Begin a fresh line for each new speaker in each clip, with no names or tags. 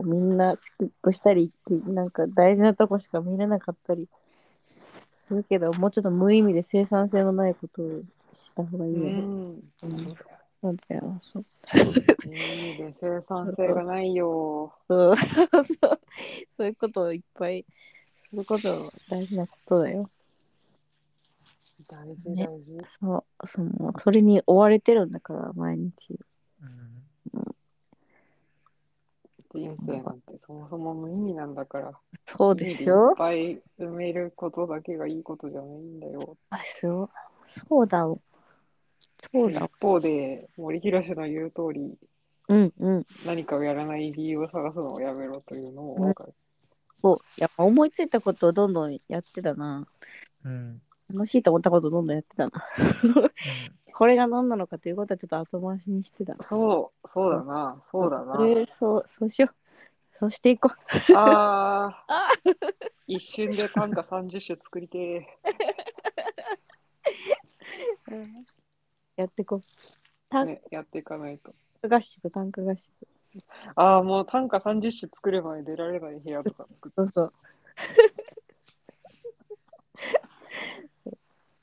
みんなスキップしたりなんか大事なとこしか見れなかったりするけどもうちょっと無意味で生産性のないことをした方がいいよ
う
ね。
ん。い
なんだよそう
いね生産性がないよ。
そうそういうことをいっぱいすること大事なことだよ。
大事
ね
大事。
そうそのそれに追われてるんだから毎日。
うん
人生なんてそもそも無意味なんだから。
そうです
いっ
よ。
ぱい埋めることだけがいいことじゃないんだよ。
あそうそうだおそうだ
一方で森博氏の言う通り
おうんうん。
何かをやらない理由を探すのをやめろというのも分かる。
そうやっぱ思いついたことをどんどんやってたな。
うん
楽しいと思ったことをどんどんやってたな。これが何なのかということはちょっと後回しにしてた。
そうそうだなそうだな
そ。れそう、そうしよう。そうしていこう。
あ
あ
あ一瞬で短歌30首作りてえ。
やっていこう。短
ね、やっていかないと。
歌合宿、短歌合宿。
ああ、もう短歌30首作る前に出られない部屋とか作って
そうそう。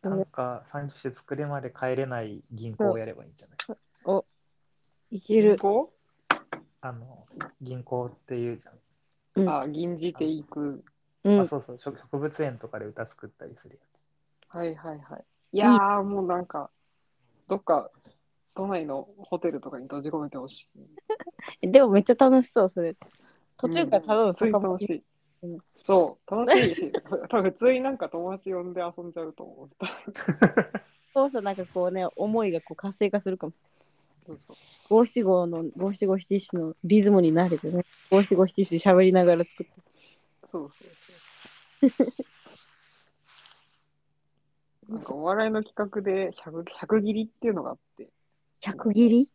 なんか30種作るまで帰れない銀行をやればいいんじゃない
いける
銀。行
あの銀行っていうじゃん、
ああ、銀じていく。
うん
あ。そうそう植植物園とかで歌作ったりするや
はいはいはい。いやー、もうなんか、どっか、都内のホテルとかに閉じ込めてほしい。
でもめっちゃ楽しそう、それ。途中からただの
普通に
坂
楽
本
しい
うん。
そう、楽しいし、 多分普通になんか友達呼んで遊んじゃう と思う。
そうそう、なんかこうね、思いがこう活性化するかも。
そうそう
五七五の五七五七七のリズムに慣れてね、五七五七七喋りながら作って。
そうそうそう。なんかお笑いの企画で 100, 100切りっていうのがあって、
百切り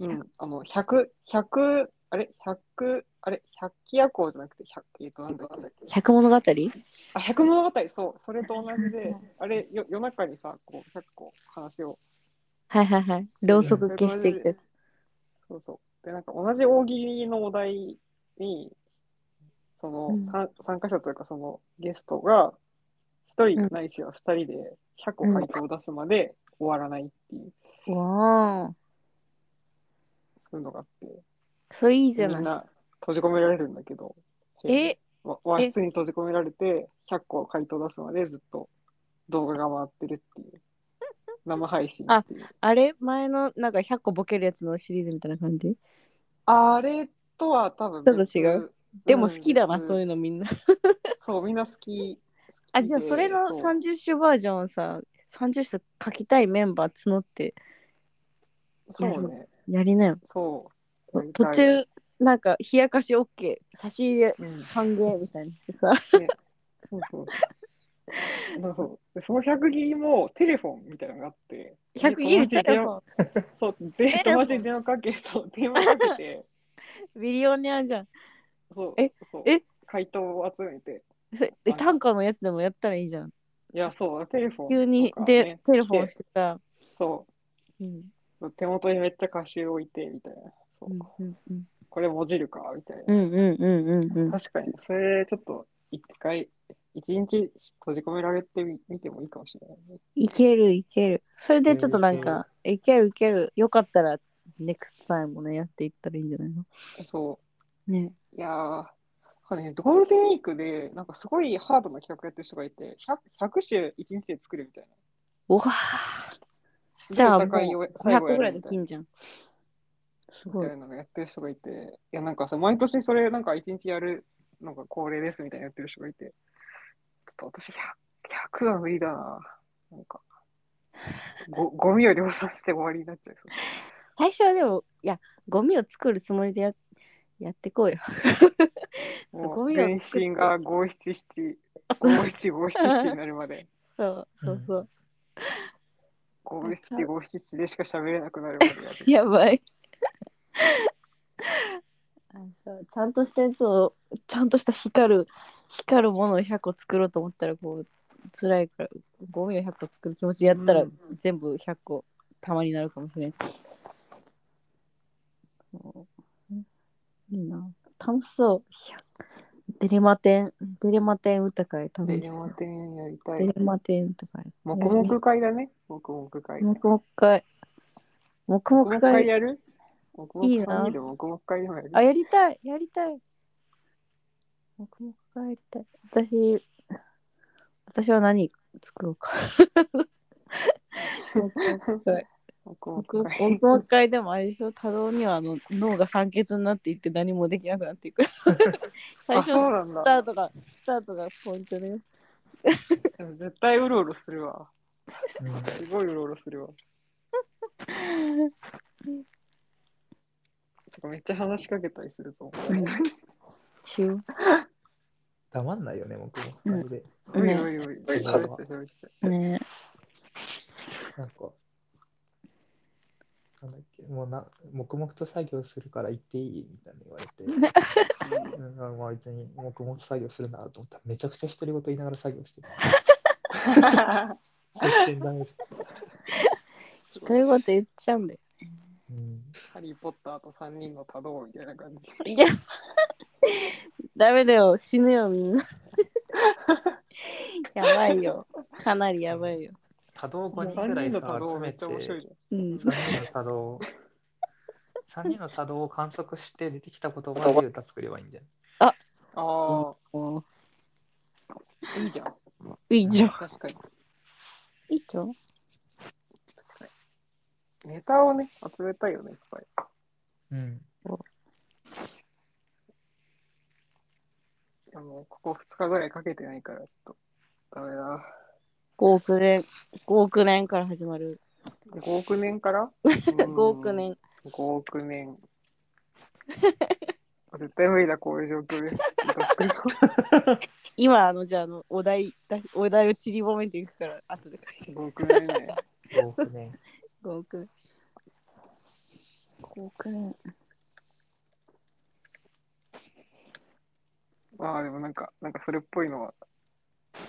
うん、あの、100、100、あれ、100、あれ、百鬼夜行じゃなくて、100、えっと、なんだっけ。
百物語
あ、百物語、そう、それと同 じで、あれ、よ夜中にさ、こう、100個話を、
はいはいはい。ろうそく消していくやつ。
そうそう。で、なんか同じ大喜利のお題に、その、
うん
参参加者というか、そのゲストが、一
う
人
ん
ないしは二人で100個回答を出すまで終わらないっていう、
わあ。
そういうのがあって、
それいいじゃ
みん
ない。
な閉じ込められるんだけど、
え、
わ和室に閉じ込められて100個回答出すまでずっと動画が回ってるって いう生配信っていう
あれ前のなんか100個ボケるやつのシリーズみたいな感じ
あれとは多分別
ちょっと違うでも好きだな、
うん
そういうのみん な。
そうみんな好き
あ、じゃあそれの
そう
30種バージョンさ、30種書きたいメンバー募って
そうね
やりなよ。
そうやりたい
途中、なんか冷やかし OK、差し入れ
うん
歓迎みたいにしてさ。
そうそうそうそうでその100切りもテレフォン みたいなのがあって
100ギリテレフォン。
そう
レフォン
で友達に電話かけそう電話 かけて
ミリオネアじゃん。
そう
え
そう
え
回答を集めて
それで、短歌のやつでもやったらいいじゃん。
いやそうテレフォン
急に
と、かね
で、テレフォンしてさ。
そう
うん。
手元にめっちゃ歌集置いてみたいな。そう
うんうんうん
これ文字るかみたい
うん
な。
うんうんうんうん。
確かに、それちょっと一回、一日閉じ込められてみ見てもいいかもしれないね。
いけるいける。それでちょっとなんか、いけるいける。よかったら、ネクストタイムもね、やっていったらいいんじゃないの
そ
ね。
う。いやー、なんかね、ゴールデンウィークで、なんかすごいハードな企画やってる人がいて、100, 100種一日で作るみたいな。
おわじゃあ
すごい高いお
100
最後
個
や
ぐら
る
いで
みたい
金
な
じゃん。す
み
ごい
た。いなのやってる人がいて、いや、なんかさ、毎年それ、なんか一日やるのが恒例ですみたいなやってる人がいて、ちょっと私100、100は無理だな。なんか、 ごゴミを量産して終わりになっちゃいそう。
最初はでも、いや、ゴミを作るつもりでややってこうよ。 そう
も
ゴ
う
ミを
全
作って
身が五 七七、五七五七七になるまで、
そうそうそう。
五七五七七でしか喋れなくなるまでやる。
やば い。あそうちゃんとしたやつをちゃんとした光る光るものを100個作ろうと思ったらこう辛いからゴミを100個作る気持ちでやったら
うん
全部100個たまになるかもしれん。そういいな。楽しそう。いやデレマテン、デレマテン歌会楽
デ
し
レ
そ
マ
う。
テンやりた
デ
い
レ。マテン歌会。
黙々会だね。黙々会。
黙々会。黙々
黙々会
会。
やる黙
いい
々
な
会でも黙々会でもやる。
あ、やりたい、やりたい。黙々会やりたい。私、私は何作ろうか。
黙々
僕
会
僕も一回でもあれでしょ多動にはあの脳が酸欠になっていって何もできなくなってい く最初
そうなんだ
スタートがスタートがポイントで
絶対うろうろするわ。
うん
すごいうろうろす るわ。てかめっちゃ話しかけたりすると思う。
しよ
黙んないよね、僕も。
うん
二人で
おいおいおい。喋っちゃう喋っちゃう
うね
なんか、なんだっけ、もうな、黙々と作業するから行っていいみたいに言われて、 うん、あまあ別に黙々と作業するなと思ったら、めちゃくちゃ独り言言いながら作業してる。全然ダメじ
独り言言っちゃうんだよ
ゃんうん、
ハリー・ポッターと3人の多動みたいな感じ。
いやダメだよ死ぬよみん なやばいよかなりやばいよ
多動5人
3
ぐら
人
い
の
さ
多動
集
めっ
め、
てちゃ面白いじゃ
うん
3人の多動、3人の多動を観測して出てきた言葉で歌作ればいいんじゃん。
ん。あ
お
あ、いいじゃん。
いいじゃん
確かに。
いいじゃん
ネタをね、集めたいよね、いっぱい。
うん。
でもここ2日ぐらいかけてないから、ちょっと、ダメだ。
5億年5億年から始まる
5億年 から
5
?5
億。年
5億年。 絶対無理だ、こういう状況です。
今あのじゃああのお題だお題をちりばめていくから後で書いて
5億年ね。
5億年。
5億5億円
ああ、でもなんか、なんかそれっぽいのは、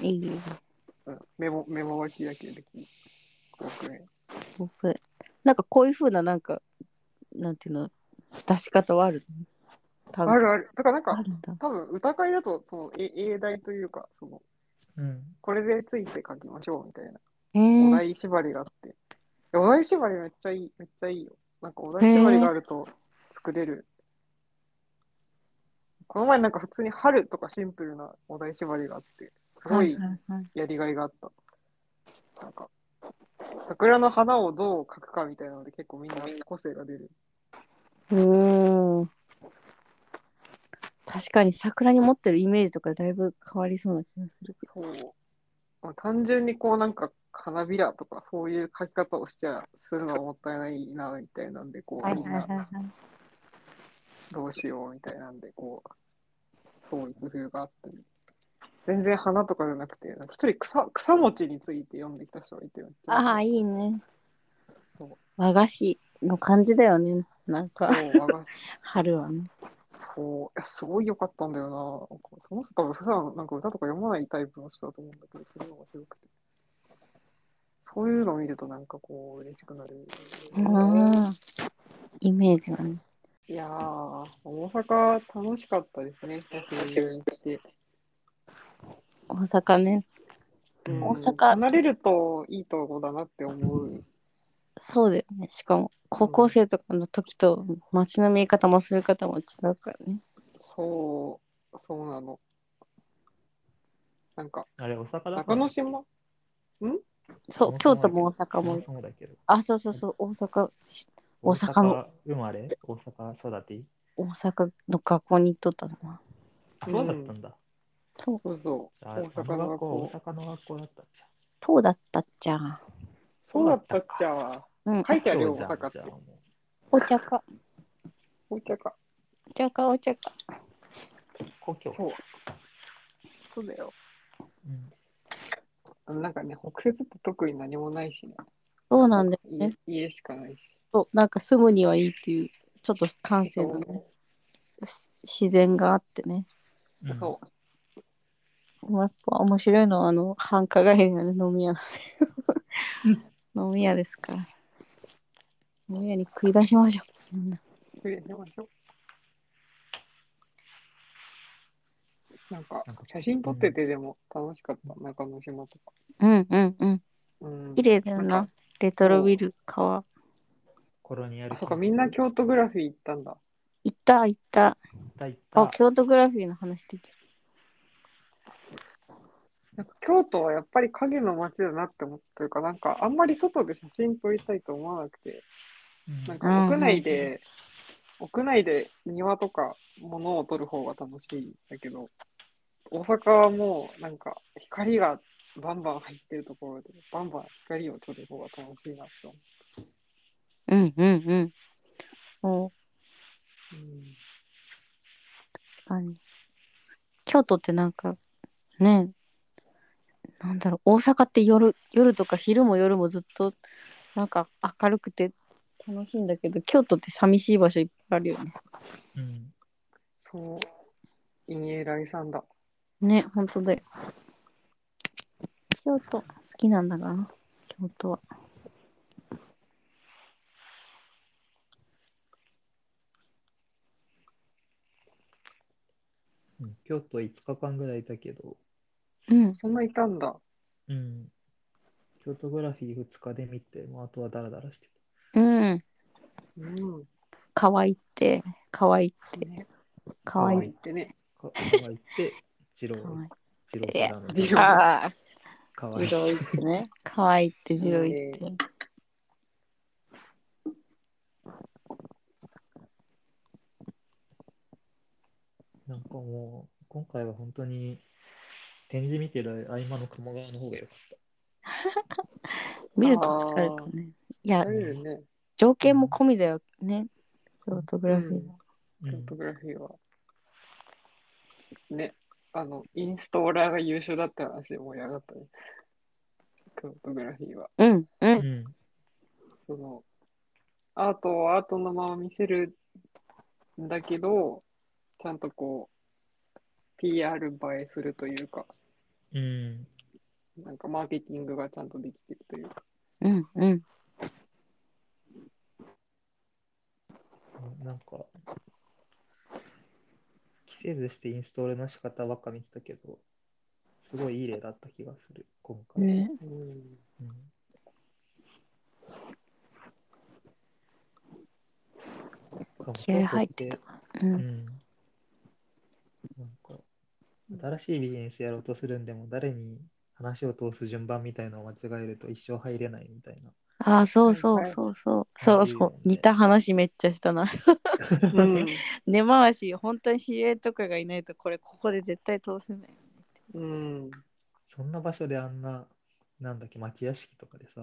いいよ
うんメモ、メモ書きだけできる。5億年。
5億円なんかこういうふうななんかなんていうの出し方はある多
あるある。だからなん
あ
か、
るんだ
多分歌会だと、その、え英題というか、その、
うん。
これでついて書きましょうみたいな。
へ
お
え
題縛りがあって。いやお題縛りめっちゃいい、めっちゃいいよ。なんかお題縛りがあると作れる。この前なんか普通に春とかシンプルなお題縛りがあって、すごいやりがいがあった。なんか、桜の花をどう描くかみたいなので結構みんな個性が出る。
うーん確かに桜に持ってるイメージとかだいぶ変わりそうな気がするけど
そう。まあ単純にこうなんか花びらとかそういう描き方をしちゃするのはもったいないなみたいなんで、こうみんなどうしようみたいなんで、こう、そういう工夫があったり。全然花とかじゃなくて、なんか一人草草餅について読んできた人がいて、めっちゃ
ああいいね
そう
和菓子の感じだよねなんか
そう和菓子
春はね
そういや、すごい良かったんだよな。なんかその人多分普段なんか歌とか読まないタイプの人だと思うんだけど、そういうのが強くて。そういうのを見るとなんかこう嬉しくなる。
うんイメージがね
いやー、大阪楽しかったですね、久しぶりに来て。
大阪ね
うん
大阪
離れるといいとこだなって思う。
そうだよねしかも高校生とかの時と街の見え方もそういう方も違うからね
そう、そうなの。なんか、
あれ、大阪だ
中之島
そう京都も大阪も
そうだけど。
あそうそうそう大阪大阪も
生まれ大阪育て
大阪の学校に行っとったな
あ、そうだったんだ。
と
そうそう。
じゃあ、
大
大
阪
阪
の
の
学
学校
校。。
大阪の学校だったんじゃん。
とうだったっちゃん
そうだったっちゃ。
うん
書いてあるよ、
そうじ
大
ゃん
阪っ
じ
て
ゃあ。もう
お茶か
大阪か。
お茶かお茶か
故郷。
そう。そうだよ。
うん
なんかね、北節って特に何もないしね。
そうなんだよね
家家しかないし。
そうなんか住むにはいいっていうちょっと感性の、ね、
そ
し自然があってね
うん
う。
やっぱ面白いのはあの繁華街のね飲み 屋の飲み屋ですから飲み屋に繰り出しましょうみんな
失礼しましょう。なんか、写真撮っててでも楽しかった、中之島とか。
うんうんうん。
うん
綺麗だよな。レトロビル川。
コロニアル
あ、そうか、みんな京都グラフィー行ったんだ。
行った行った。
都行った
あ、京都グラフィーの話できる。
なんか京都はやっぱり影の街だなって思ったというか、なんかあんまり外で写真撮りたいと思わなくて、
うん
なんか屋内で、屋内で庭とか物を撮る方が楽しいんだけど、大阪はもうなんか光がバンバン入ってるところで、バンバン光を撮る方が楽しいなって思
うんうんうん。そう
う。うん
あの京都ってなんかねなんだろう大阪って夜夜とか昼も夜もずっとなんか明るくて
楽しいんだけど、京都って寂しい場所いっぱいあるよね。
うん
そう、陰影来さんだ。
ね本当だよ京都好きなんだからな京都は
うん京都5日間ぐらいいたけど、
うん
そんないたんだ。
うん、京都グラフィー2日で見て、もうあとはダラダラして
うん
うん。
可愛いって可愛いって
ね、
可愛い
可愛い
ってね。
た。かわいって、ジロ
可愛い
ー、ジローから
いや
の
あ
か
あ
わいい。
いってね。
可愛いってジロー言って
なんかもう、今回は本当に展示見てる合間の鴨川の方が良かっ
見ると疲れるかねいや
あるよね、
条件も込みだよね京都グラフィーは
た。う
フ
ん
ォトグラフィーは。ね、あの、インストーラーが優秀だった話で盛り上がったね。フォトグラフィーは。
うんうん
うん
その、アートをアートのまま見せるんだけど、ちゃんとこう、PR 映えするというか、
うん
なんかマーケティングがちゃんとできてるというか。
うんうん
なんか、季節してインストールの仕方ばっか見てたけど、すごいいい例だった気がする、今回。
ね。
うん
うん
気合入ってた。う
うんん。なんか、新しいビジネスやろうとするんでも、誰に話を通す順番みたいなのを間違えると一生入れないみたいな。
ああ、そうそ
は
う
い
そうそう。
そうそう。似た話めっちゃしたな。
うん。
根回し、本当に知り合いとかがいないと、これ、ここで絶対通せない。
うん。
そんな場所であんな、なんだっけ、町屋敷とかでさ、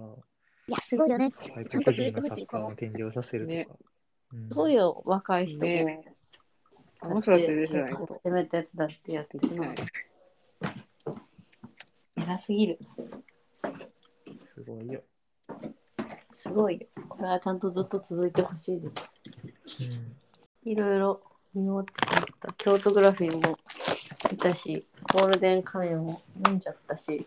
いや、すごいよね。
外国人の作家を展示をさせるとか。
ね
うん
そうよ、若い人も。
ねあ
だ
の
っ
人た
て
ちでじゃない
結構
と
攻めたやつだってやって
でき
さ
ない。
偉すぎる。
すごいよ。
すごいよ。これはちゃんとずっと続いてほしいです。
うん
いろいろ見終わってしまった。京都グラフィーも見たし、ゴールデンカメも飲んじゃったし。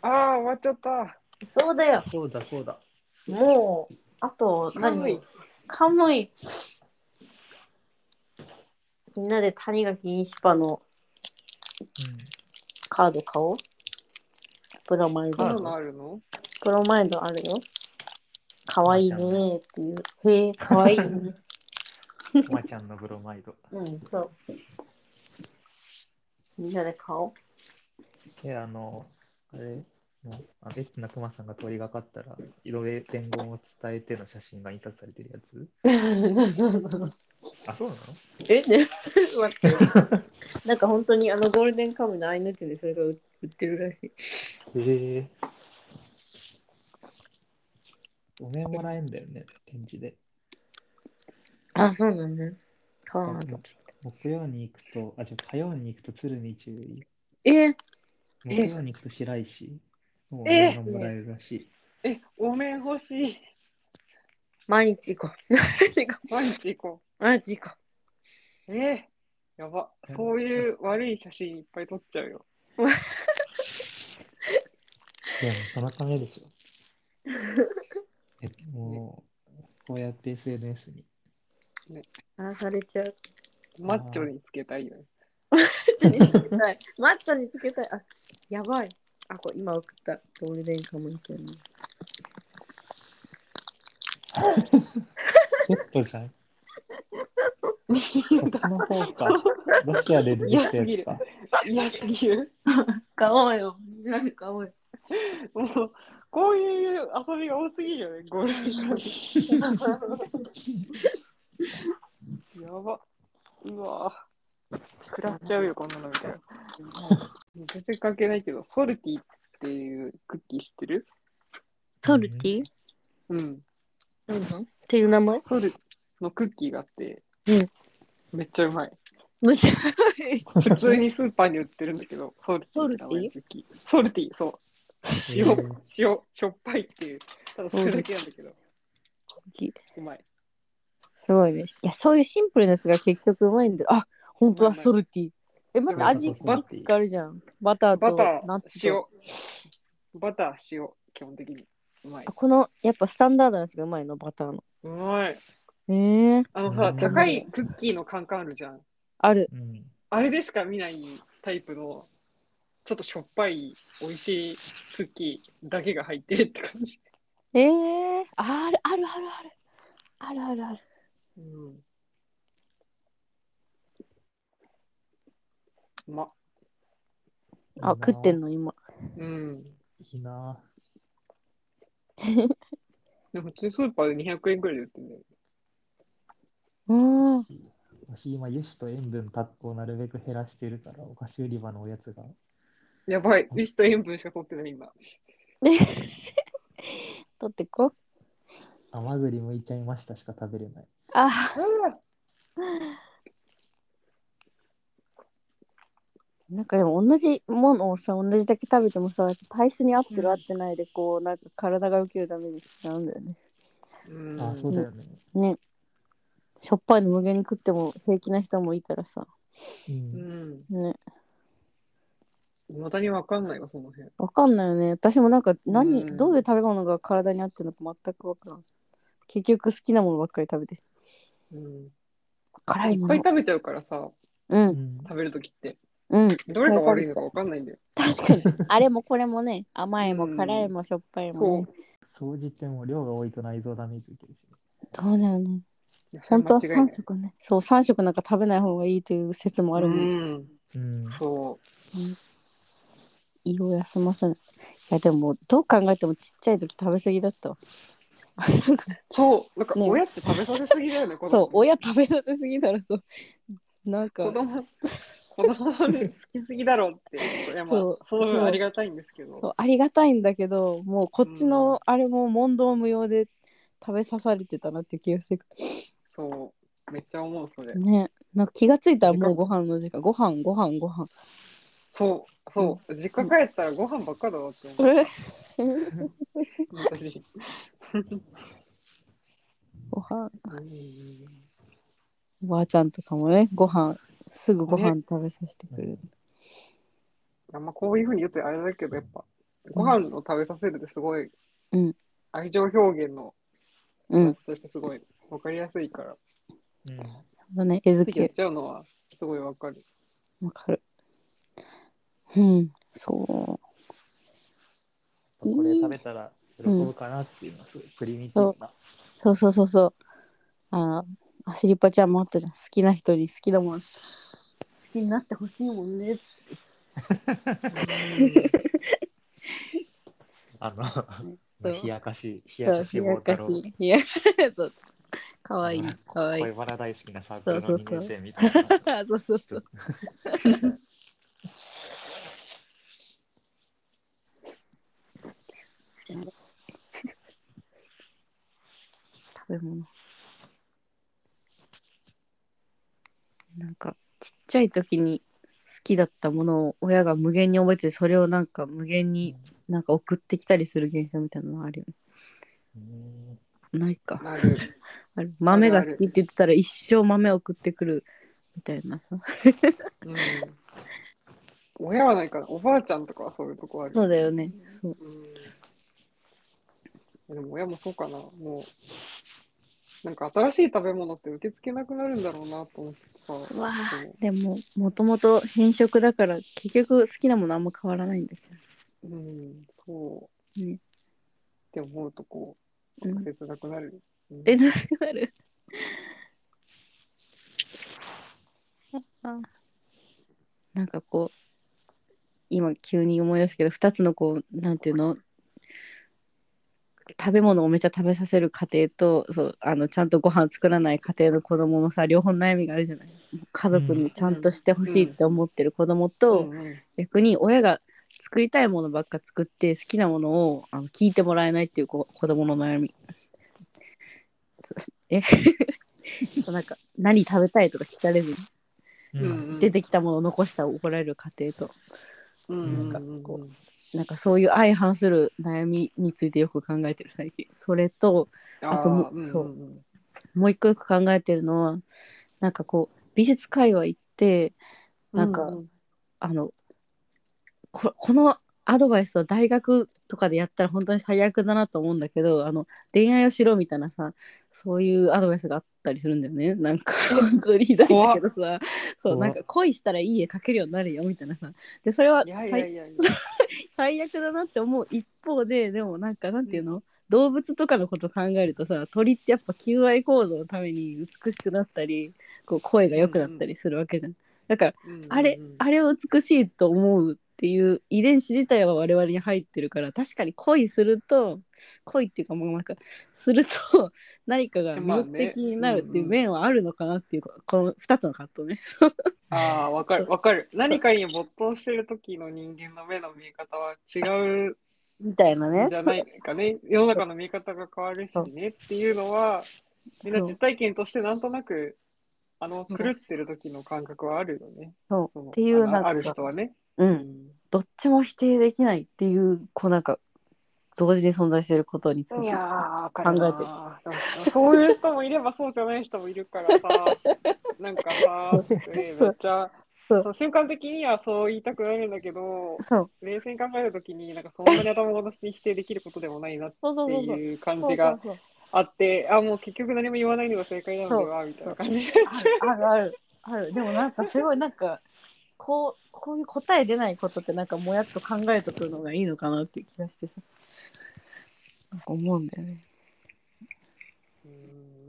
ああ、終わっちゃった。
そうだよ。
そうだ、そうだ。
もう、あと
寒い
何カムイ。みんなで谷垣西パのカード買おう。プロマイド
カ
カー。
ナ
ド
のあるの
プロマイドあるよ。かわいいねーっていう。へえ、か わいいね。
うん。まちゃんのブロマイド。
うん、そう。みんなで買おう。
で、あの、あれ、もうあのエッチなクマさんが通りがかったら、色で伝言を伝えての写真が印刷されてるやつ
そうそうそう
あ、そうなの
えね待って なんか本当にあのゴールデンカムイのアイヌ店でそれが売売ってるらしい
へえ。お面もらえんだよね、展示で。
あそうなのね買わなかっ
木曜に行くと、あ、じゃあ火曜に行くと鶴見注意。
たえ
木
え
曜に行くと白石。もうお
え
面がもらえるらしい。
え、お面欲しい。
毎日行こ う毎日行こ
毎日行こ
う毎日行こ
う。えー、やば。そういう悪い写真いっぱい撮っちゃうよ。
いや、もうそのためでしょ。えもう、こうやって SNS に。
う荒らされちゃう
マッチョにつけたいよね。
チョにつけたい。マッチョにつけたい。あ、やばい。あ、これ今送った。ゴールデンカムイちゃんに。
セットじゃん。こっちの方か。ロシアで出てきたやつか。
嫌すぎる。
買おうよ。みんなで買おうよ。
もう、こういう遊びが多すぎるよね、ゴールデンカムイ。やば。うわ食らっちゃうよ、こんなのみたいな。全然関係ないけど、ソルティっていうクッキー知ってる
ソルティっ
うん。
うんうん。
ていう名前
ソルのクッキーがあって、
うん
めっちゃうまい。
むずい。
普通にスーパーに売ってるんだけど、ソルティって名前のクッキーソルティそう。塩、塩、しょっぱいっていう、ただそれだけなんだけど、うまい。
すごいね。いや、そういうシンプルなやつが結局うまいんだよ。あ、本当
う
だ、
まい
ソルティ。え、待って、
うん
味い
バ
くつかあるじゃん。バター
バ
と
タ
ナッ
ー、
ツ
塩
と。。
バター、塩、基本的に。うまい
あ。この、やっぱスタンダードなやつがうまいの、バターの。
うまい。
えー、
あのさ、
うん
高いクッキーのカンカンあるじゃん。
ある。
うん。
あれでしか見ないタイプの、ちょっとしょっぱい、美味しいクッキーだけが入ってるって感じ。
えー、あるあるあるある。あるあるある。
うん。うま。
あ、食ってん
の。
の、今。
うん。
いいな
でも普通スーパーで200円くらいで売ってるんだよ。
うん。
ぁ。私今、油脂と塩分パックをなるべく減らしてるから、お菓子売り場のおやつが。
やばい。油脂と塩分しか取ってない、今。
取ってこう。
甘栗剥いちゃいましたしか食べれない。
あ、なんかでも同じものをさ、同じだけ食べてもさ、体質に合って
うん
る合ってないで、こう、なんか体が受けるダメージ違うんだよね。
うん
あ、そうだよね。
ね。しょっぱいの無限に食っても平気な人もいたらさ。
う。
うんん。
ね。
まだにわかんないわ、その辺。
わかんないよね。私もなんか何、
うん
どういう食べ物が体に合ってるのか全くわからん。結局好きなものばっかり食べてし
うん。
辛
い
い
っ
も
ぱい
の。
食べちゃうからさ、
う。
うんん。
食べるときって。
うん。
どれが悪いのかわかんないんだよ。
確 かに。あれもこれもね、甘いも
うん
辛いもしょっぱいも
そ
ね。
う。
掃除ってもう量が多いと内臓ダメージ受けるし。
どうだよね。
いや
本当は
それ間違い
3食ね。そう、3食なんか食べない方がいいという説もあ
ない
るもん。
うん。
うん。
そ
胃を休ませない。いや、でも、どう考えてもちっちゃい時食べ過ぎだったわ。
う。そう。なんか、
ね
親って食べさせすぎだよね、子供
そう、親食べさせすぎたらそう。 なんか
子、供。子供はね、好きすぎだろうって。いや、まあ
そう、
その
そう
分ありがたいんですけ
そう
ど。
ありがたいんだけどもうこっちのあれも問答無用で食べさされてたなっていう気がしてく
そう。めっちゃ思う、それ
る。ねなんか気がついたらもうご飯の時間ご飯ご飯ご飯
そう。そう。実家帰ったらご飯ばっかだなって思う。本当に
ご飯
うん
おばあちゃんとかもねご飯すぐご飯食べさせてくる、
あんまこういうふうに言うとあれだけど、やっぱ、ご飯を食べさせるってすごい、
うん
愛情表現の
うん
形としてすごい分かりやすいから、
うん。
そうね餌
つい
付
言っ
け
ちゃうのはすごい分かる。
わかるうんそう
これ食べたら喜ぶかなっていうのはすごいプリミティブな。
そうそうそうそうあーアシリパちゃんもあったじゃん好きな人に好きだもん好きになってほしいもんね
あ
そ
の、
う
冷やかし、冷
そ
やか
う、
し
冷
棒
や
太
か
郎。
し。いや、 そう。かわいい、かわいい。
恋バラ大好きなサークル
そう
の
そう
2
そう
年生みたいな。
あそうそうそう。食べ物。なんか、ちっちゃい時に好きだったものを親が無限に覚えて、それをなんか無限になんか送ってきたりする現象みたいなのあるよね。
うん
ないか。
なる
ある豆が好きって言ってたら一生豆送ってくるみたいなさ
うん親はないかな、おばあちゃんとかはそういうとこある。
そうだよねそう
うんでも親もそうかな、もなんか新しい食べ物って受け付けなくなるんだろうなと思ってさ。
うわあ
そう
でももともと変色だから結局好きなものあんま変わらないんだけ
うん、そう。
どね
って思うと
うん
こう、なんか切なくなる。うん
出づらくなるなんかこう今急に思い出すけど2つのこうなんていうの食べ物をめっちゃ食べさせる家庭とそうあのちゃんとご飯作らない家庭の子供のさ両方の悩みがあるじゃない家族にちゃんとしてほしいって思ってる子供と、
うんうん
逆に親が作りたいものばっか作って好きなものをあの聞いてもらえないっていう子子供の悩み。え なんか何食べたいとか聞かれずに
う
うん
ん
うん
出てきたものを残したら怒られる家庭と
うん
なんかこなんかそういう相反する悩みについてよく考えてる最近それとあとも
ーん
そうんもう一個よく考えてるのはなんかこう美術界隈ってなんか
うん
あのここのアドバイスを大学とかでやったら本当に最悪だなと思うんだけどあの恋愛をしろみたいなさそういうアドバイスがあったりするんだよねなんか本当にひどいんだけどさそう
怖
な
っ
んか恋したらいい絵描けるようになるよみたいなさでそれは
うんい
最
やいやいやいや。
最悪だなって思う一方ででもなんかなんていうの、動物とかのこと考えるとさ鳥ってやっぱ求愛構造のために美しくなったりこう声が良くなったりするわけじゃん、だからあれ、あれを美しいと思うっていう遺伝子自体は我々に入ってるから確かに恋すると恋っていうかもうなんかすると 何かが魅力的になるっていう面はあるのかなっていう、この2つの葛藤ね。
ああ、わかる、わかる。何かに没頭してる時の人間の目の見え方は違う
みたいなんね。
じゃないかね。世の中の見え方が変わるしねっていうのは、みんな
そう
実体験としてなんとなく、あの、狂ってる時の感覚はあるよね。
そう
その
っていう
あの
なんか
ある人はね。
うん、どっちも否定できないっていうこうなんか同時に存在してることについ
い
て
やー、わかる
考
な
えてる
でもそういう人もいればそうじゃない人もいるから さ、なんかさ、えーめっちゃ、
そう
そう瞬間的にはそう言いたくなるんだけど、
そう
冷静に考えたときに、なんかそんなに頭戻しに否定できることでもないなっ
そうそ
て
うそうそう
いう感
そう
じ
そう
が
そう
あって、あ、もう結局何も言わないのが正解なのでは、みたいな感じで。
あるあるあるでもなんかすごいなんかこうこういう答え出ないことってなんかもやっと考えとくのがいいのかなっていう気がしてさなんか思うんだよね
う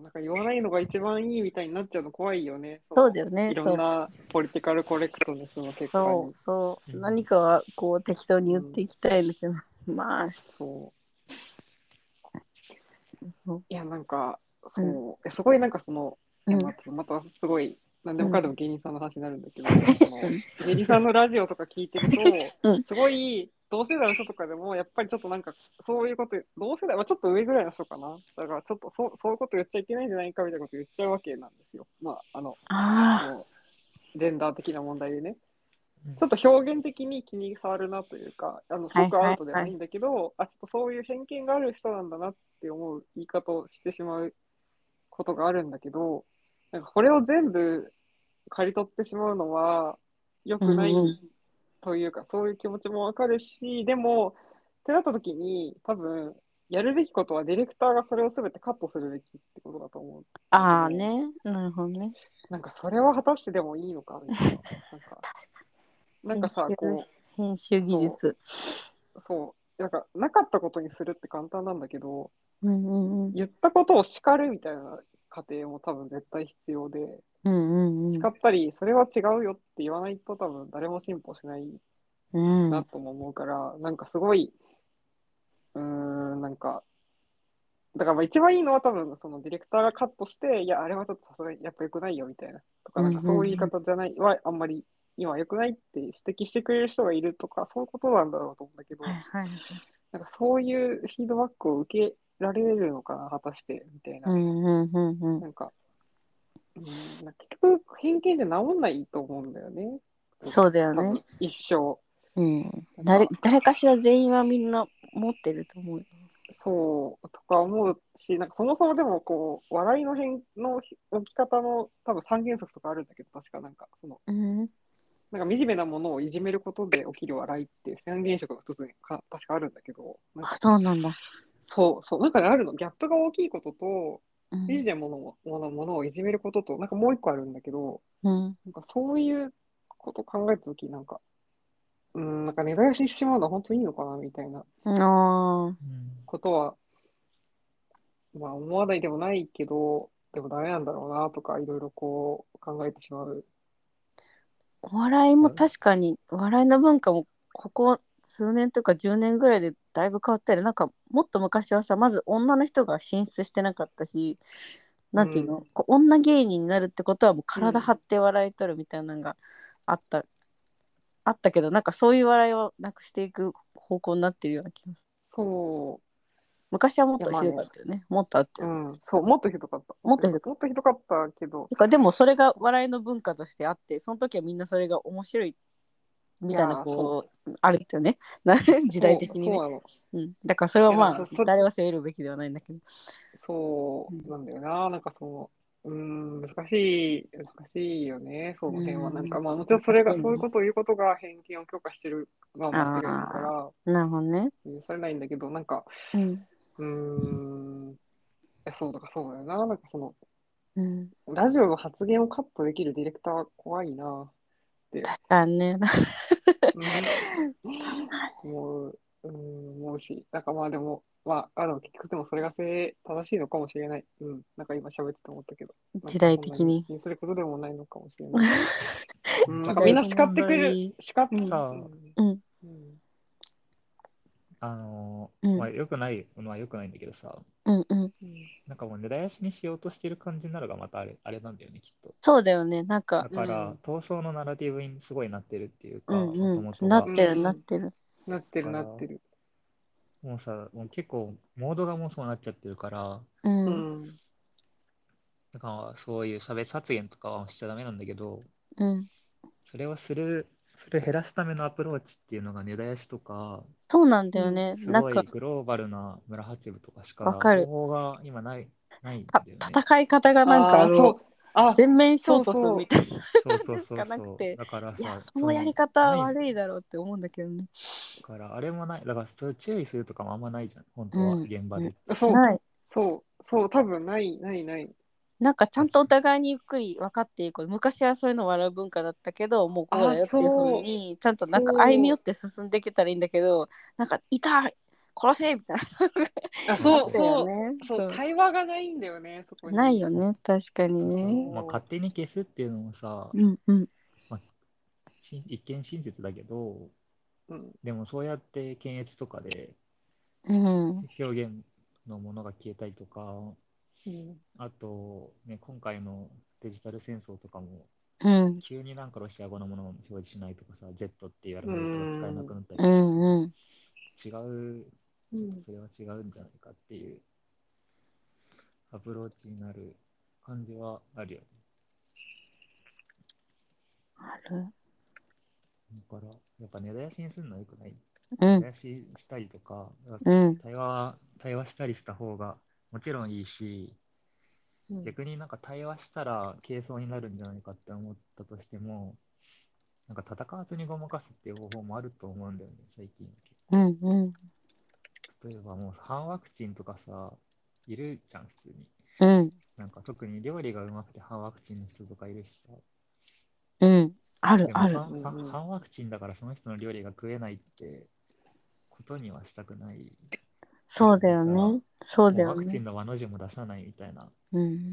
んなんか言わないのが一番いいみたいになっちゃうの怖いよね。
そうだよね
いろ
そ
ん
う
なポリティカルコレクトネスの結果
そ
に
う。そう、
うん
何かはこう適当に言っていきたいんだけど、まあ
そう
そう
いや、なんか、そう、いやそこになんかその、いや
うん
またまたすごい、なんでもかんでも芸人さんの話になるんだ けど、その芸人さんのラジオとか聞いてると、
うん
すごい、同世代の人とかでも、やっぱりちょっとなんか、そういうこと、同世代はちょっと上ぐらいの人かな。だから、ちょっとそうそういうこと言っちゃいけないんじゃないかみたいなこと言っちゃうわけなんですよ。まあ、あの、
あ
もうジェンダー的な問題でね
うん。
ちょっと表現的に気に触るなというか、あのすごくアウトではないんだけど、あちょっとそういう偏見がある人なんだなって思う言い方をしてしまうことがあるんだけど、なんかこれを全部刈り取ってしまうのは良くない
うんうん
というか、そういう気持ちもわかるし、でも、ってなった時に、多分やるべきことはディレクターがそれを全てカットするべきってことだと思う。
ああねなるほどね
なんかそれは果たしてでもいいのかみたいな。 なんかなんかさ、
編集
こ
編集技術
う、そう、なんかなかったことにするって簡単なんだけど、
うんうんうん
言ったことを叱るみたいな過程も多分絶対必要で、
うんうんうん
叱ったり、それは違うよって言わないと多分誰も進歩しない
うん
なとも思うから、なんかすごい、うーん、なんか、だからまあ一番いいのは多分そのディレクターがカットして、いや、あれはちょっとさすがにやっぱ良くないよみたいな、とか、なんかそういう言い方じゃない、はあんまり今は良くないって指摘してくれる人がいるとか、そういうことなんだろうと思うんだけど、
はいはい
なんかそういうフィードバックを受けられるのかな、果たして、みたいな。
うんうんうんうん
なんか、うん、なんか結局偏見で治んないと思うんだよね。
そうだよ
多
ね
分一生。
うん、誰誰かしら全員はみんな持ってると思うよ。
そうとか思うし、なんかそもそもでもこう笑いの変の置き方の多分三原則とかあるんだけど、確かなんかその
うん、
なんか惨めなものをいじめることで起きる笑いって三原則が一つにか確かあるんだけど、なん
あ
か
そうなんだ。
そうそうなんかねあるのギャップが大きいことと
うん
理事でものもものものをいじめることと、なんかもう一個あるんだけど、
うん
なんかそういうこと考えたとき、なんか、うん、なんか根絶やしにしてしまうのは本当にいいのかなみたいな
あ
うん
ことは、まあ思わないでもないけど、でもダメなんだろうなとか、いろいろこう考えてしまう。
ーお笑いも確かに笑いの文化もここ数年とか10年ぐらいでだいぶ変わったよねなんかもっと昔はさまず女の人が進出してなかったしなんていうの、
うん
こう女芸人になるってことはもう体張って笑いとるみたいなのがあった、あったけどなんかそういう笑いをなくしていく方向になってるような気がする
そ
昔はもっとひどかったよね。もっとあった
う、う
よね。
ん、そう、もっとひどかった。
もっとひど
もっとひどかったけど、
てかでもそれが笑いの文化としてあって、その時はみんなそれが面白いみたい
いや
な
ー
こうあるってよね。な時代的にね
そう。そうなの
うん、だからそれはいま
や
あ
そそ
誰は責めるべきではないんだけど。
そうなんだよな、なんかその、うーん、難しい、難しいよね、その辺は。
うん
なんか、まあ、もちろんそれが、
そうね
そういうことを言うことが偏見を強化してるのは間違いだか
なるほどね。
ら、許されないんだけど、なんか、
うん。
うーん、いや、そうだからそうだよな、なんかその、
うん、
ラジオの発言をカットできるディレクターは怖いな、
確かにね。
うん、思う、うん、思うし、なんかまあでも、まあ、あの、結局でもそれが正正しいのかもしれない。うん、なんか今喋ってて思ったけど。
時代的に。
気にすることでもないのかもしれない。うん、なんかみんな叱ってくれる。叱って
さあ
うん。
うん
あの
うん
ー、まあ、よくないのはよくないんだけどさ、
うんうん。
なんかもう根絶やしにしようとしてる感じになるがまたあれあれなんだよね、きっと。
そうだよね。なん
だ
か、
か
う
ら
ん、
闘争のナラティブにすごいなってるっていうか、
うん
もと
う
も
ん。
と
な
は
っ。てるなってる。
なってるなってる。
もうさ、もう結構、モードがもうそうなっちゃってるから、
うん。
う
うん
ん。
だからそういう差別発言とかはしちゃダメなんだけど、それをする、それを減らすためのアプローチっていうのが根絶やしとか、
そうなんだよね。
す
なん
ごい
か
グローバルな村八部とかしか
わかる
方法が今ない、ないんだ
た
よね。
戦い方がなんか
あ
あ
ー
の
そう。あ、
全面衝
そうそ
突
う
みたいな。
そうそうそう
しかな
そ
く
う。
て
だから
い
さ、
や、そのやり方は悪いだろうって思うんだけどね。
だから、あれもない。だから、それ注意するとかもあんまないじゃん。本当は、
うん
現場で。
そう、
ない。
そう、そう、多分ない、ない、ない。
なんかちゃんとお互いにゆっくり分かっていく。昔はそういうの笑う文化だったけど、もうこうだよっていうふうに、ちゃんとなんか
そう
歩み寄って進んでいけたらいいんだけど、なんか痛い殺せみたいな。
あ、そ
あ
う、
ったよ
そう、
ね。
そ
そう
う、対話がないんだよね、そこに。
ないよ。ね、確かにね。
まあ、勝手に消すっていうのもさ、
うんうん。
しん一見親切だけど、
うん。
でもそうやって検閲とかで
うん。
表現のものが消えたりとか、
うん
あと、ね、今回のデジタル戦争とかも、
うん。
急になんかロシア語のものを表示しないとかさ、Z って言われることが使えなくなった
う
り、
んうん。
違う、
う
ちょっ
ん
とそれは違うんじゃないかっていうアプローチになる感じはあるよね。
ある。
だから、やっぱ根絶やしにするのはよくない。
う
根
ん
絶やししたりとか、
うん
対話、対話したりした方がもちろんいいし、
うん
逆になんか対話したら軽装になるんじゃないかって思ったとしても、なんか戦わずにごまかすっていう方法もあると思うんだよね、最近。
うんうん
例えばもう半ワクチンとかさ、いるじゃん、普通に。
うん
なんか特に料理がうまくて半ワクチンの人とかいるしさ。
うん。ある
でも
ある。
半
うんうん
半半ワクチンだからその人の料理が食えないってことにはしたくない。
そうだよね。そうだ
も
よ
うワクチ
ね
ン。の和の字も出さないみたいな。
うん。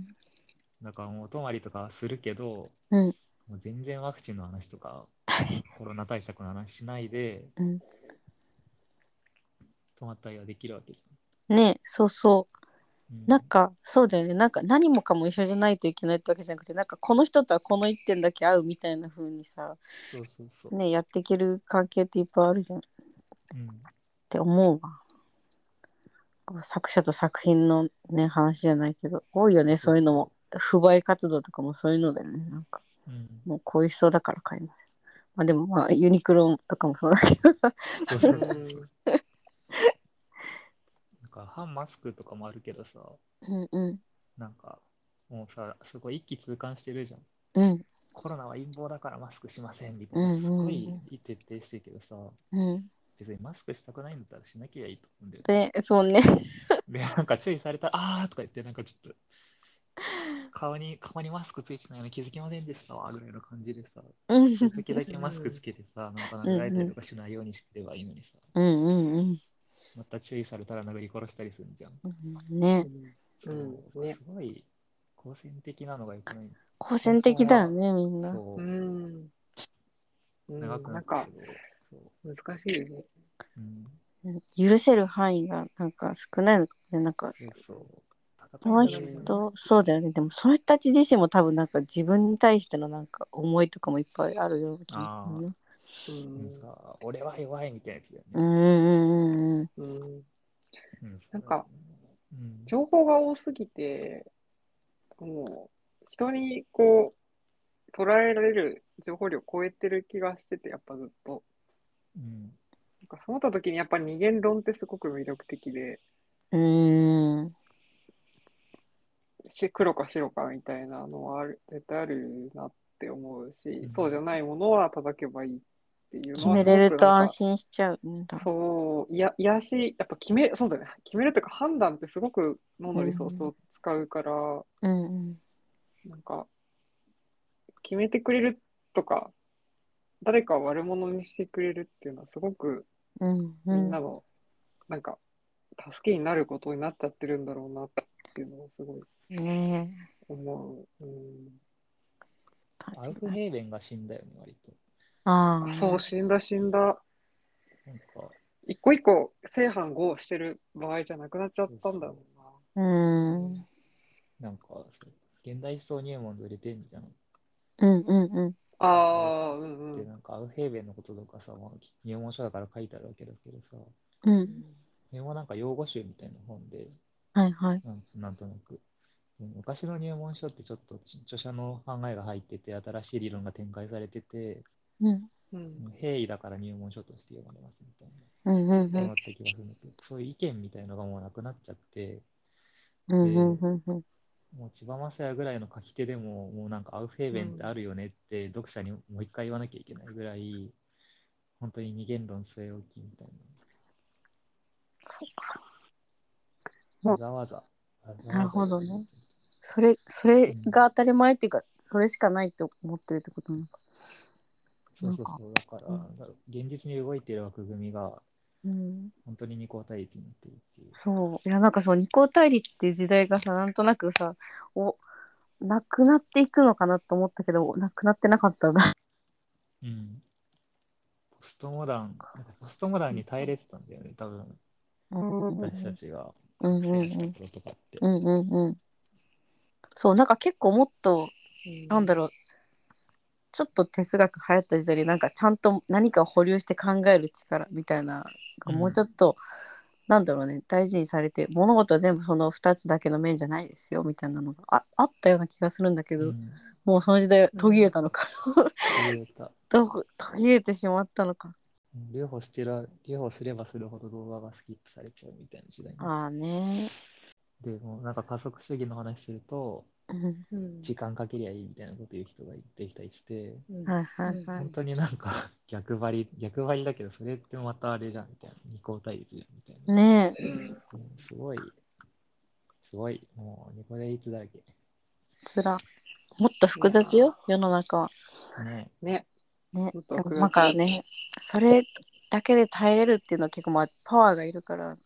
だからもうお泊まりとかするけど、
うん
もう全然ワクチンの話と か、コロナ対策の話しないで、
うん
泊まったりはできるわけじ
ねそうそう。
ゃん。う
なんかそうだよねなんか何もかも一緒じゃないといけないってわけじゃなくてなんかこの人とはこの一点だけ合うみたいな風にさ
そうそうそう。
ねやっていける関係っていっぱいあるじゃんっ
うん
て思うわこう作者と作品のね話じゃないけど多いよねそういうのも不買活動とかもそういうのだよねなんか
うん
もうこういう人だから買いますまあでもまあユニクロとかもそうだけどさ
そう
う
そうそうそうんなんか反マスクとかもあるけどさ、
うんうん
なんかもうさ、すごい一気通貫してるじゃん。
うん
コロナは陰謀だからマスクしませんみたいな、
うんうんうん
すごい徹底してるけどさ、
うん
別にマスクしたくないんだったらしなきゃいいと思うん だよ。
で、そうね。
で、なんか注意されたら、あーとか言って、なんかちょっと、顔に、顔にマスクついてないの気づきませんでしたわ、ぐらいの感じでさ、
うん
時々マスクつけてさ、なんか殴られたりとかしないようにしてればいいのにさ、
うんうん
また注意されたら殴り殺したりするじゃん。
うん。ね。
うん
そう
ね
すごい、好戦的なのがよくない。
好戦的だよね、みんな。
そうう、
ん。うん
長く
な
なん
か
るけどそう
難しいよね。
うん
許せる範囲がなんか少ないのかもね。なんか、
そうそう。
その
戦い方がね
人、そうだよね。でも、その人たち自身も多分なんか自分に対してのなんか思いとかもいっぱいあるような気がするね。
う
うん
ん
さ俺は弱いみたいなやつだよ
う
ね。
んうんうんうん。
うん、
うん
なんか、
うん、
情報が多すぎて、もう人にこう捉えられる情報量を超えてる気がしてて、やっぱずっと。
うん、
なんかそう思った時にやっぱり二元論ってすごく魅力的で、
うーん。
し黒か白かみたいなのはある絶対あるなって思うし、
うん
そうじゃないものは叩けばいいっていうのは
決めれると安
心
心しちゃうんだ。
そう、いや、癒やし、やっぱ決め、そうだね、決めるというか判断ってすごく脳のリソースを使うから、
うんうん。
なんか、決めてくれるとか、誰かを悪者にしてくれるっていうのは、すごく
うんう。
みんなんの、なんか、助けになることになっちゃってるんだろうなっていうのをすごい
ねえ。
思う。うん、
アウ
確
フ
かに。
ヘーベンが死んだよね、割と。
あ
あ
あ。
そう、死んだ、死んだ。
なんか、
一個一個正反合してる場合じゃなくなっちゃったんだろうな。
うーん。
なんか、そう現代思想入門で入れてんじゃん。
うんうんうん。
ああ、うんう
で、
ん。
なんか、アウフヘーベンのこととかさ、まあ入門書だから書いてあるわけだけどさ、
うん。
それもなんか用語集みたいな本で、
はいはい。
なんなんとなく。で昔の入門書ってちょっと著者の考えが入ってて、新しい理論が展開されてて、
うん。
うん
平易だから入門書として読まれますみたいな。
うんうんう
思
ん
った気がするんだけど、そういう意見みたいのがもうなくなっちゃって、
うんうんうんうん。
もう千葉雅也ぐらいの書き手でも、もうなんかアウフヘーベンってあるよねって、読者にもう一回言わなきゃいけないぐらい、本当に二元論据え置きみたい
も
な。わ
う
ざわざ。
なるほどねそれ、それが当たり前っていうか、それしかないと思ってるってことなのか。
そうそうそう。だから、なんだろう現実に動いてる枠組みが、
うん。
本当に二項対立になっているっていう。
そう。いや、なんかそう、二項対立っていう時代がさ、なんとなくさ、お、なくなっていくのかなと思ったけど、なくなってなかったな。
うん。ポストモダン、なんかポストモダンに耐えれてたんだよね、多分。
うんうん
私たちが
うん
生
う
した
ん。
頃とかって。
うんうんうん。そう、なんか結構もっと、なんだろう、ちょっと哲学流行った時代になんかちゃんと何かを保留して考える力みたいな、
うん
もうちょっと、なんだろうね、大事にされて、物事は全部その2つだけの面じゃないですよみたいなのがああったような気がするんだけど、
うん
もうその時代は途切れたのか、
言えた
どこ途切れてしまったのか。
うん留保してら、留保すればするほど動画がスキップされちゃうみたいな時代になっち
あ
ゃ
あね。
う。でも、なんか加速主義の話すると、
うん
うん
時間かけりゃいいみたいなこと言う人が出てきたりして、
うん
はいはいは
本
い。
当になんか逆張り、逆張りだけど、それってまたあれじゃんみたいな、二項対立じゃんみたいな。
ねえ、
うん
うんすごい、すごい、もう二項対立だらけ。
つら。もっと複雑よ、世の中は。
ね
ね。
ね、
もっと
で
奥
も
が
なんかねそれだけで耐えれるっていうのは結構まあパワーがいるから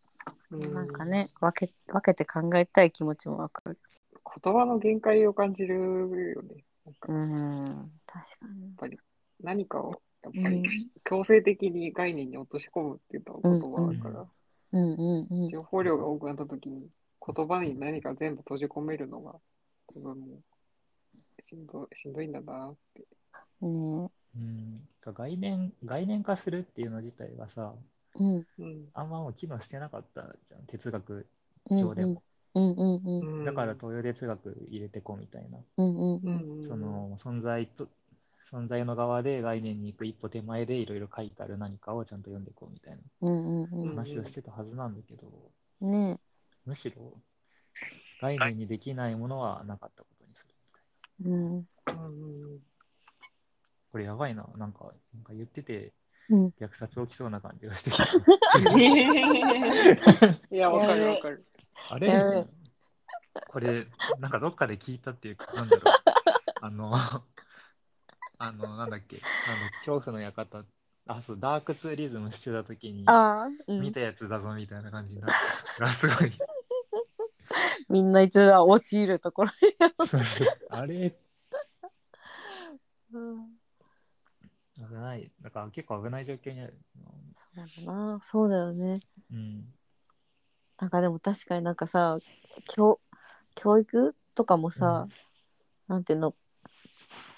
なんかね分け分けて考えたい気持ちもわかる
言葉の限界を感じるよね。なんか
うん確かに
何かをやっ
う
ぱり
ん
強制的に概念に落とし込むっていうのは言葉だから、
うん
うんうんうん
情報量が多くなった時に言葉に何か全部閉じ込めるのが多分もうしんどいしんどいんだなって。
ね
うん、概念、概念化するっていうの自体がさ、
うん
うん
あんまもう機能してなかったじゃん、哲学
うん
上でも。
うんうんうん
だから東洋哲学入れてこうみたいな、
うんうん
う
うん
ん、
その存在と、存在の側で概念に行く一歩手前でいろいろ書いてある何かをちゃんと読んでこうみたいな
うんうん
話をしてたはずなんだけど、
うんね
むしろ概念にできないものはなかったことにするみたい
う
な。
ん
うんうん
これやばいな、なんかなんか言ってて、
うん
虐殺起きそうな感じがしてきた。
いや、わかるわかる。
あ
やべえ
れこれ、なんかどっかで聞いたっていうか、なん だろう。あの、あの、なんだっけ、あの、恐怖の館、あ、そう、ダークツーリズムしてた時に、
ああ、う
見
ん、
たやつだぞみたいな感じになって、あすごい。
みんないつは陥るところ、
そうあれ、
うん、
危ない。なんか結構危ない状況にある。
そうだなそうだよね
うん。
なんかでも確かになんかさ教教育とかもさ、なんていうの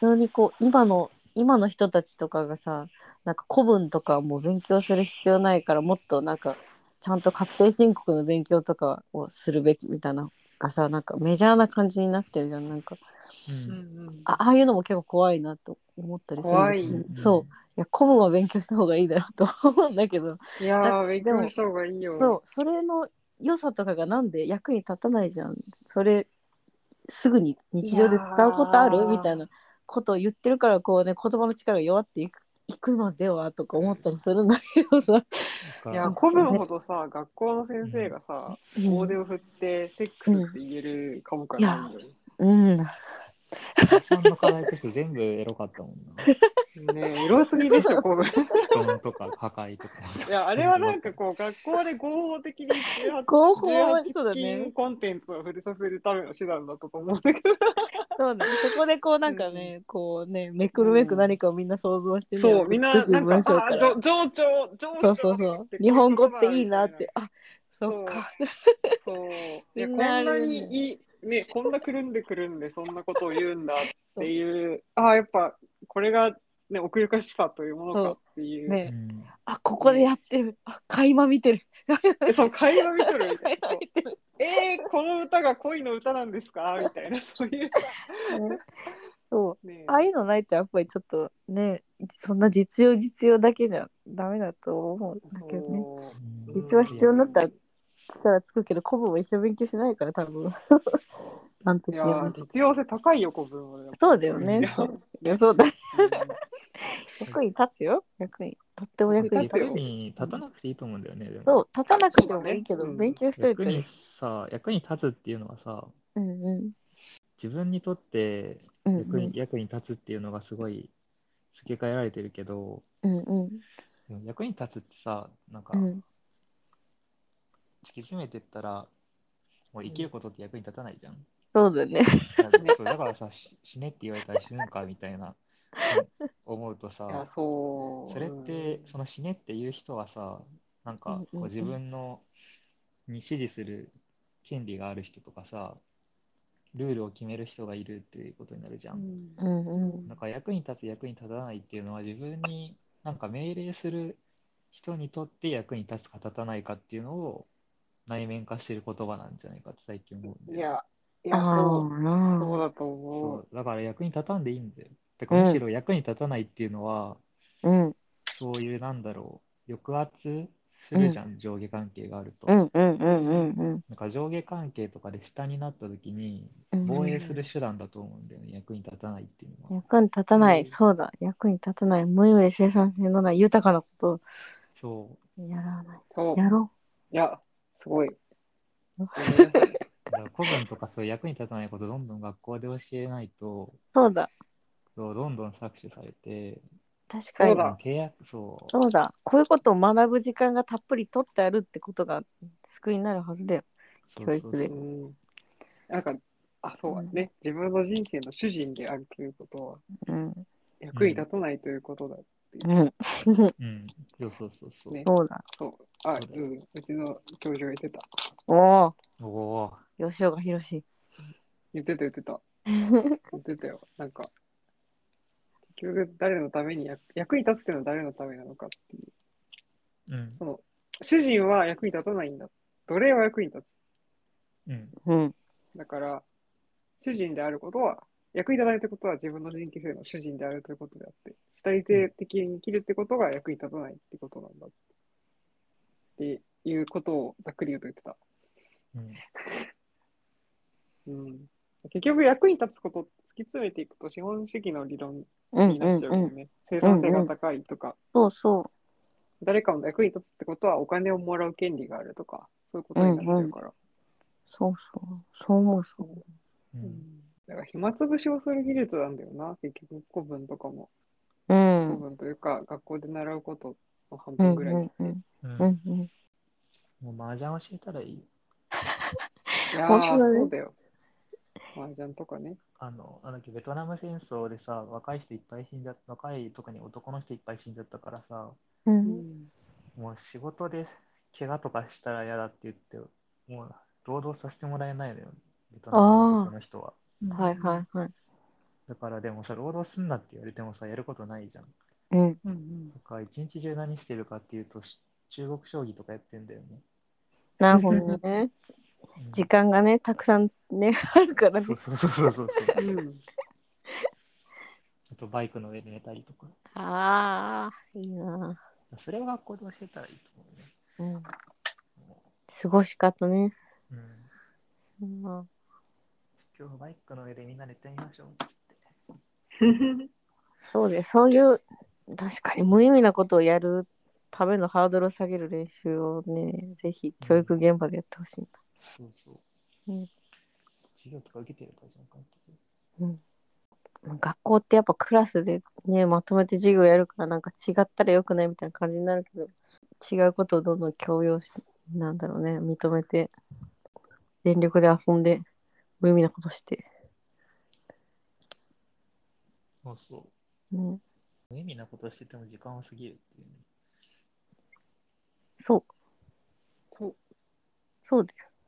普通にこう今の今の人たちとかがさなんか古文とかもう勉強する必要ないからもっとなんかちゃんと確定申告の勉強とかをするべきみたいなのがさなんかメジャーな感じになってるじゃんなんか
うん
あああいうのも結構怖いなと思ったりする
怖
う
い
ん
そういや古文は勉強した方がいいだろうと思うんだけど
いや
な
ー、勉強した方がいいよ。
そうそれの良さとかがなんで役に立たないじゃんそれすぐに日常で使うことあ
いや
る
ー
みたいなことを言ってるからこうね言葉の力が弱っていくいくのではとか思ったりするんだけどさ、
い
い
や、
や、
古文ほどさ、学校の先生がさ、大手
う
を振って、セックスって言える科目はないよね。
ん、
さんの課題として全部エロかったもん な。
ねえ、エロすぎでしょ、古文。
布団とか破壊とか。
いや、あれはなんかこう、学校で合法的に18
合法はそうだ
18
ね
禁コンテンツを触れさせるための手段だったと思うんだけ
そうねそこでこうなんかね、こうねめくるめく何かをみんな想像して
ど。
ね
そう、みんな、
美しい
なんか、
文章か
あ、
ら
情情緒、情緒
そうそうそう日本語っていいなっ。てあそ
そう
っか
そう。いや、
み
こ
ん
ん
なあれ
なにいい、ね、こんなくるんでくるんで、そんなことを言うんだっていう、ああ、やっぱ、これが、ね、奥ゆかしさというものかっていう。
ね
うん
あここでやってるあ垣間見てる
えそう、会話見とるみ
垣
たいな
間。見てる
えー、この歌が恋の歌なんですかみたいな、そういう。
ねそう
ね
ああいうのないとやっぱりちょっとねそんな実用実用だけじゃダメだと思うんだけどね
そう
うん
実は必要になったら力つくけど古文は一生勉強しないから多 分なんて
い
言
や
う
ー
の
実用性高いよ、古文は。
そうだよ
い
ね
や
そういやそうだ
う
役に立つよ役にとっても役に立
立つ
役
よ
つ
に立たなくていいと思うんだよね。でも
そう立たなくてもいいけ
そう
ど、
だねうん
勉強しとい
役に
て
さ、役に立つっていうのはさ、
うんうん
自分にとって
うん
役に,、役に立つっていうのがすごい付け替えられてるけど、
うんうん
でも役に立つってさ、なんか
う
突
ん
き詰めてったら、もう生きることって役に立たないじゃん。
そうだね
そうだからさ、し死ねって言われたら死ぬんかみたいなうん思うとさ
んい、や、そう。
それって、その死ねっていう人はさ、なん
うん
か
うんうん
こう自分のに支持する権利がある人とかさ、ルールを決める人がいるっていうことになるじゃ。
うんん
うんうん
なんか役に立つ、役に立たないっていうのは自分になんか命令する人にとって役に立つか立たないかっていうのを内面化してる言葉なんじゃないかって最近思うんだ
い
よね
や、いや、
あ
そう。
あな
そう
あ
だと思。
そううだから役に立たんでいいんだよ。て
う
か
ん
むしろ役に立たないっていうのは、
うん
そういうなんだろう、抑圧するじゃん、上下関係があると。
うんうんうんうんうん
なんか上下関係とかで下になった時に、
うん
防衛する手段だと思うんだよね、役に立たないっていうのは。
役に立たない、
うん
そうだ役に立たない無意味で生産性のない豊かなこと
そ
をやらない
そう。
やろ
いや、すごい。
うん
う。だから古文とかそういう役に立たないことどんどん学校で教えないと、
うそうだ
そうどんどん搾取されて、
確かに
そうだ
契約、そう。
そうだこういうことを学ぶ時間がたっぷり取ってあるってことが救いになるはずだよ
そう
教育で
そう
うんなんか、あ、そうね。自分の人生の主人であるということ
う
は、
ん
役に立たないということだ。
うん
そううん、そうそうそうそう。
ね
そうだ
そう。あ、
そ
う
うだよ
ん。うちの教授が言ってた。
おお
おお
吉岡宏
言ってた、言ってた。言ってたよ。なんか、結局誰のために役役に立つっていうのは誰のためなのかっていう。
ー。うん
そ、の主人は役に立たないんだ。奴隷は役に立
うん、
うん
つ。だから、主人であることは、役に立たないということは自分の人気性の主人であるということであって、主体性的に生きるってことが役に立たないってことなんだ。っていうことをざっくり言うと言ってた。
うん。
うん、結局役に立つことを突き詰めていくと資本主義の理論
うん
になっちゃうよね。生産性が高いとか、
そうそ
誰かの役に立つってことはお金をもらう権利があるとか、そういうことになってるから。
そうそう。そう思うそう。
うん
だから暇つぶしをする技術なんだよな、結局古文とかも。
う
古
ん。
文というか、学校で習うことの半
うん
分ぐらい。
うんうん
うん
うんうん。
もう麻雀教えたらいい。
いや
本
ー、
当だね
そうだよ。麻雀とかね。
あの、なんだっけ、ベトナム戦争でさ、若い人いっぱい死んじゃった、若い、特に男の人いっぱい死んじゃったからさ、
う
うんん、
もう仕事で怪我とかしたら嫌だって言って、もう労働させてもらえないのよ、ベトナムの男の人は。
はいはいはい。
だからでもさ、労働すんなって言われてもさ、やることないじゃん。
うん。
うんうん
とか、一日中何してるかっていうと、し中国将棋とかやってんだよね。
なるほどね。
うん
時間がね、たくさんね、 あるからね
そう。そうそうそう そう。
い。うん。
あとバイクの上で寝たりとか。
ああ、いいな。
それは学校で教えたらいいと思うね。
うん。
も
過ごし方ね。
ううん、
そんな
今日バイクの上でみんな寝てみましょうっつって。
そうです。そういう、確かに無意味なことをやるためのハードルを下げる練習をね、ぜひ教育現場でやってほしいな。
そうそう。
うん
授業とか受けてるからじゃん、監督。
学校ってやっぱクラスでねまとめて授業やるからなんか違ったらよくないみたいな感じになるけど違うことをどんどん強要してなんだろうね認めて全力で遊んで無意味なことして、
そうそう。
うん、
無意味なことしてても時間は過ぎるっていうね。
そう
そう
そうだよ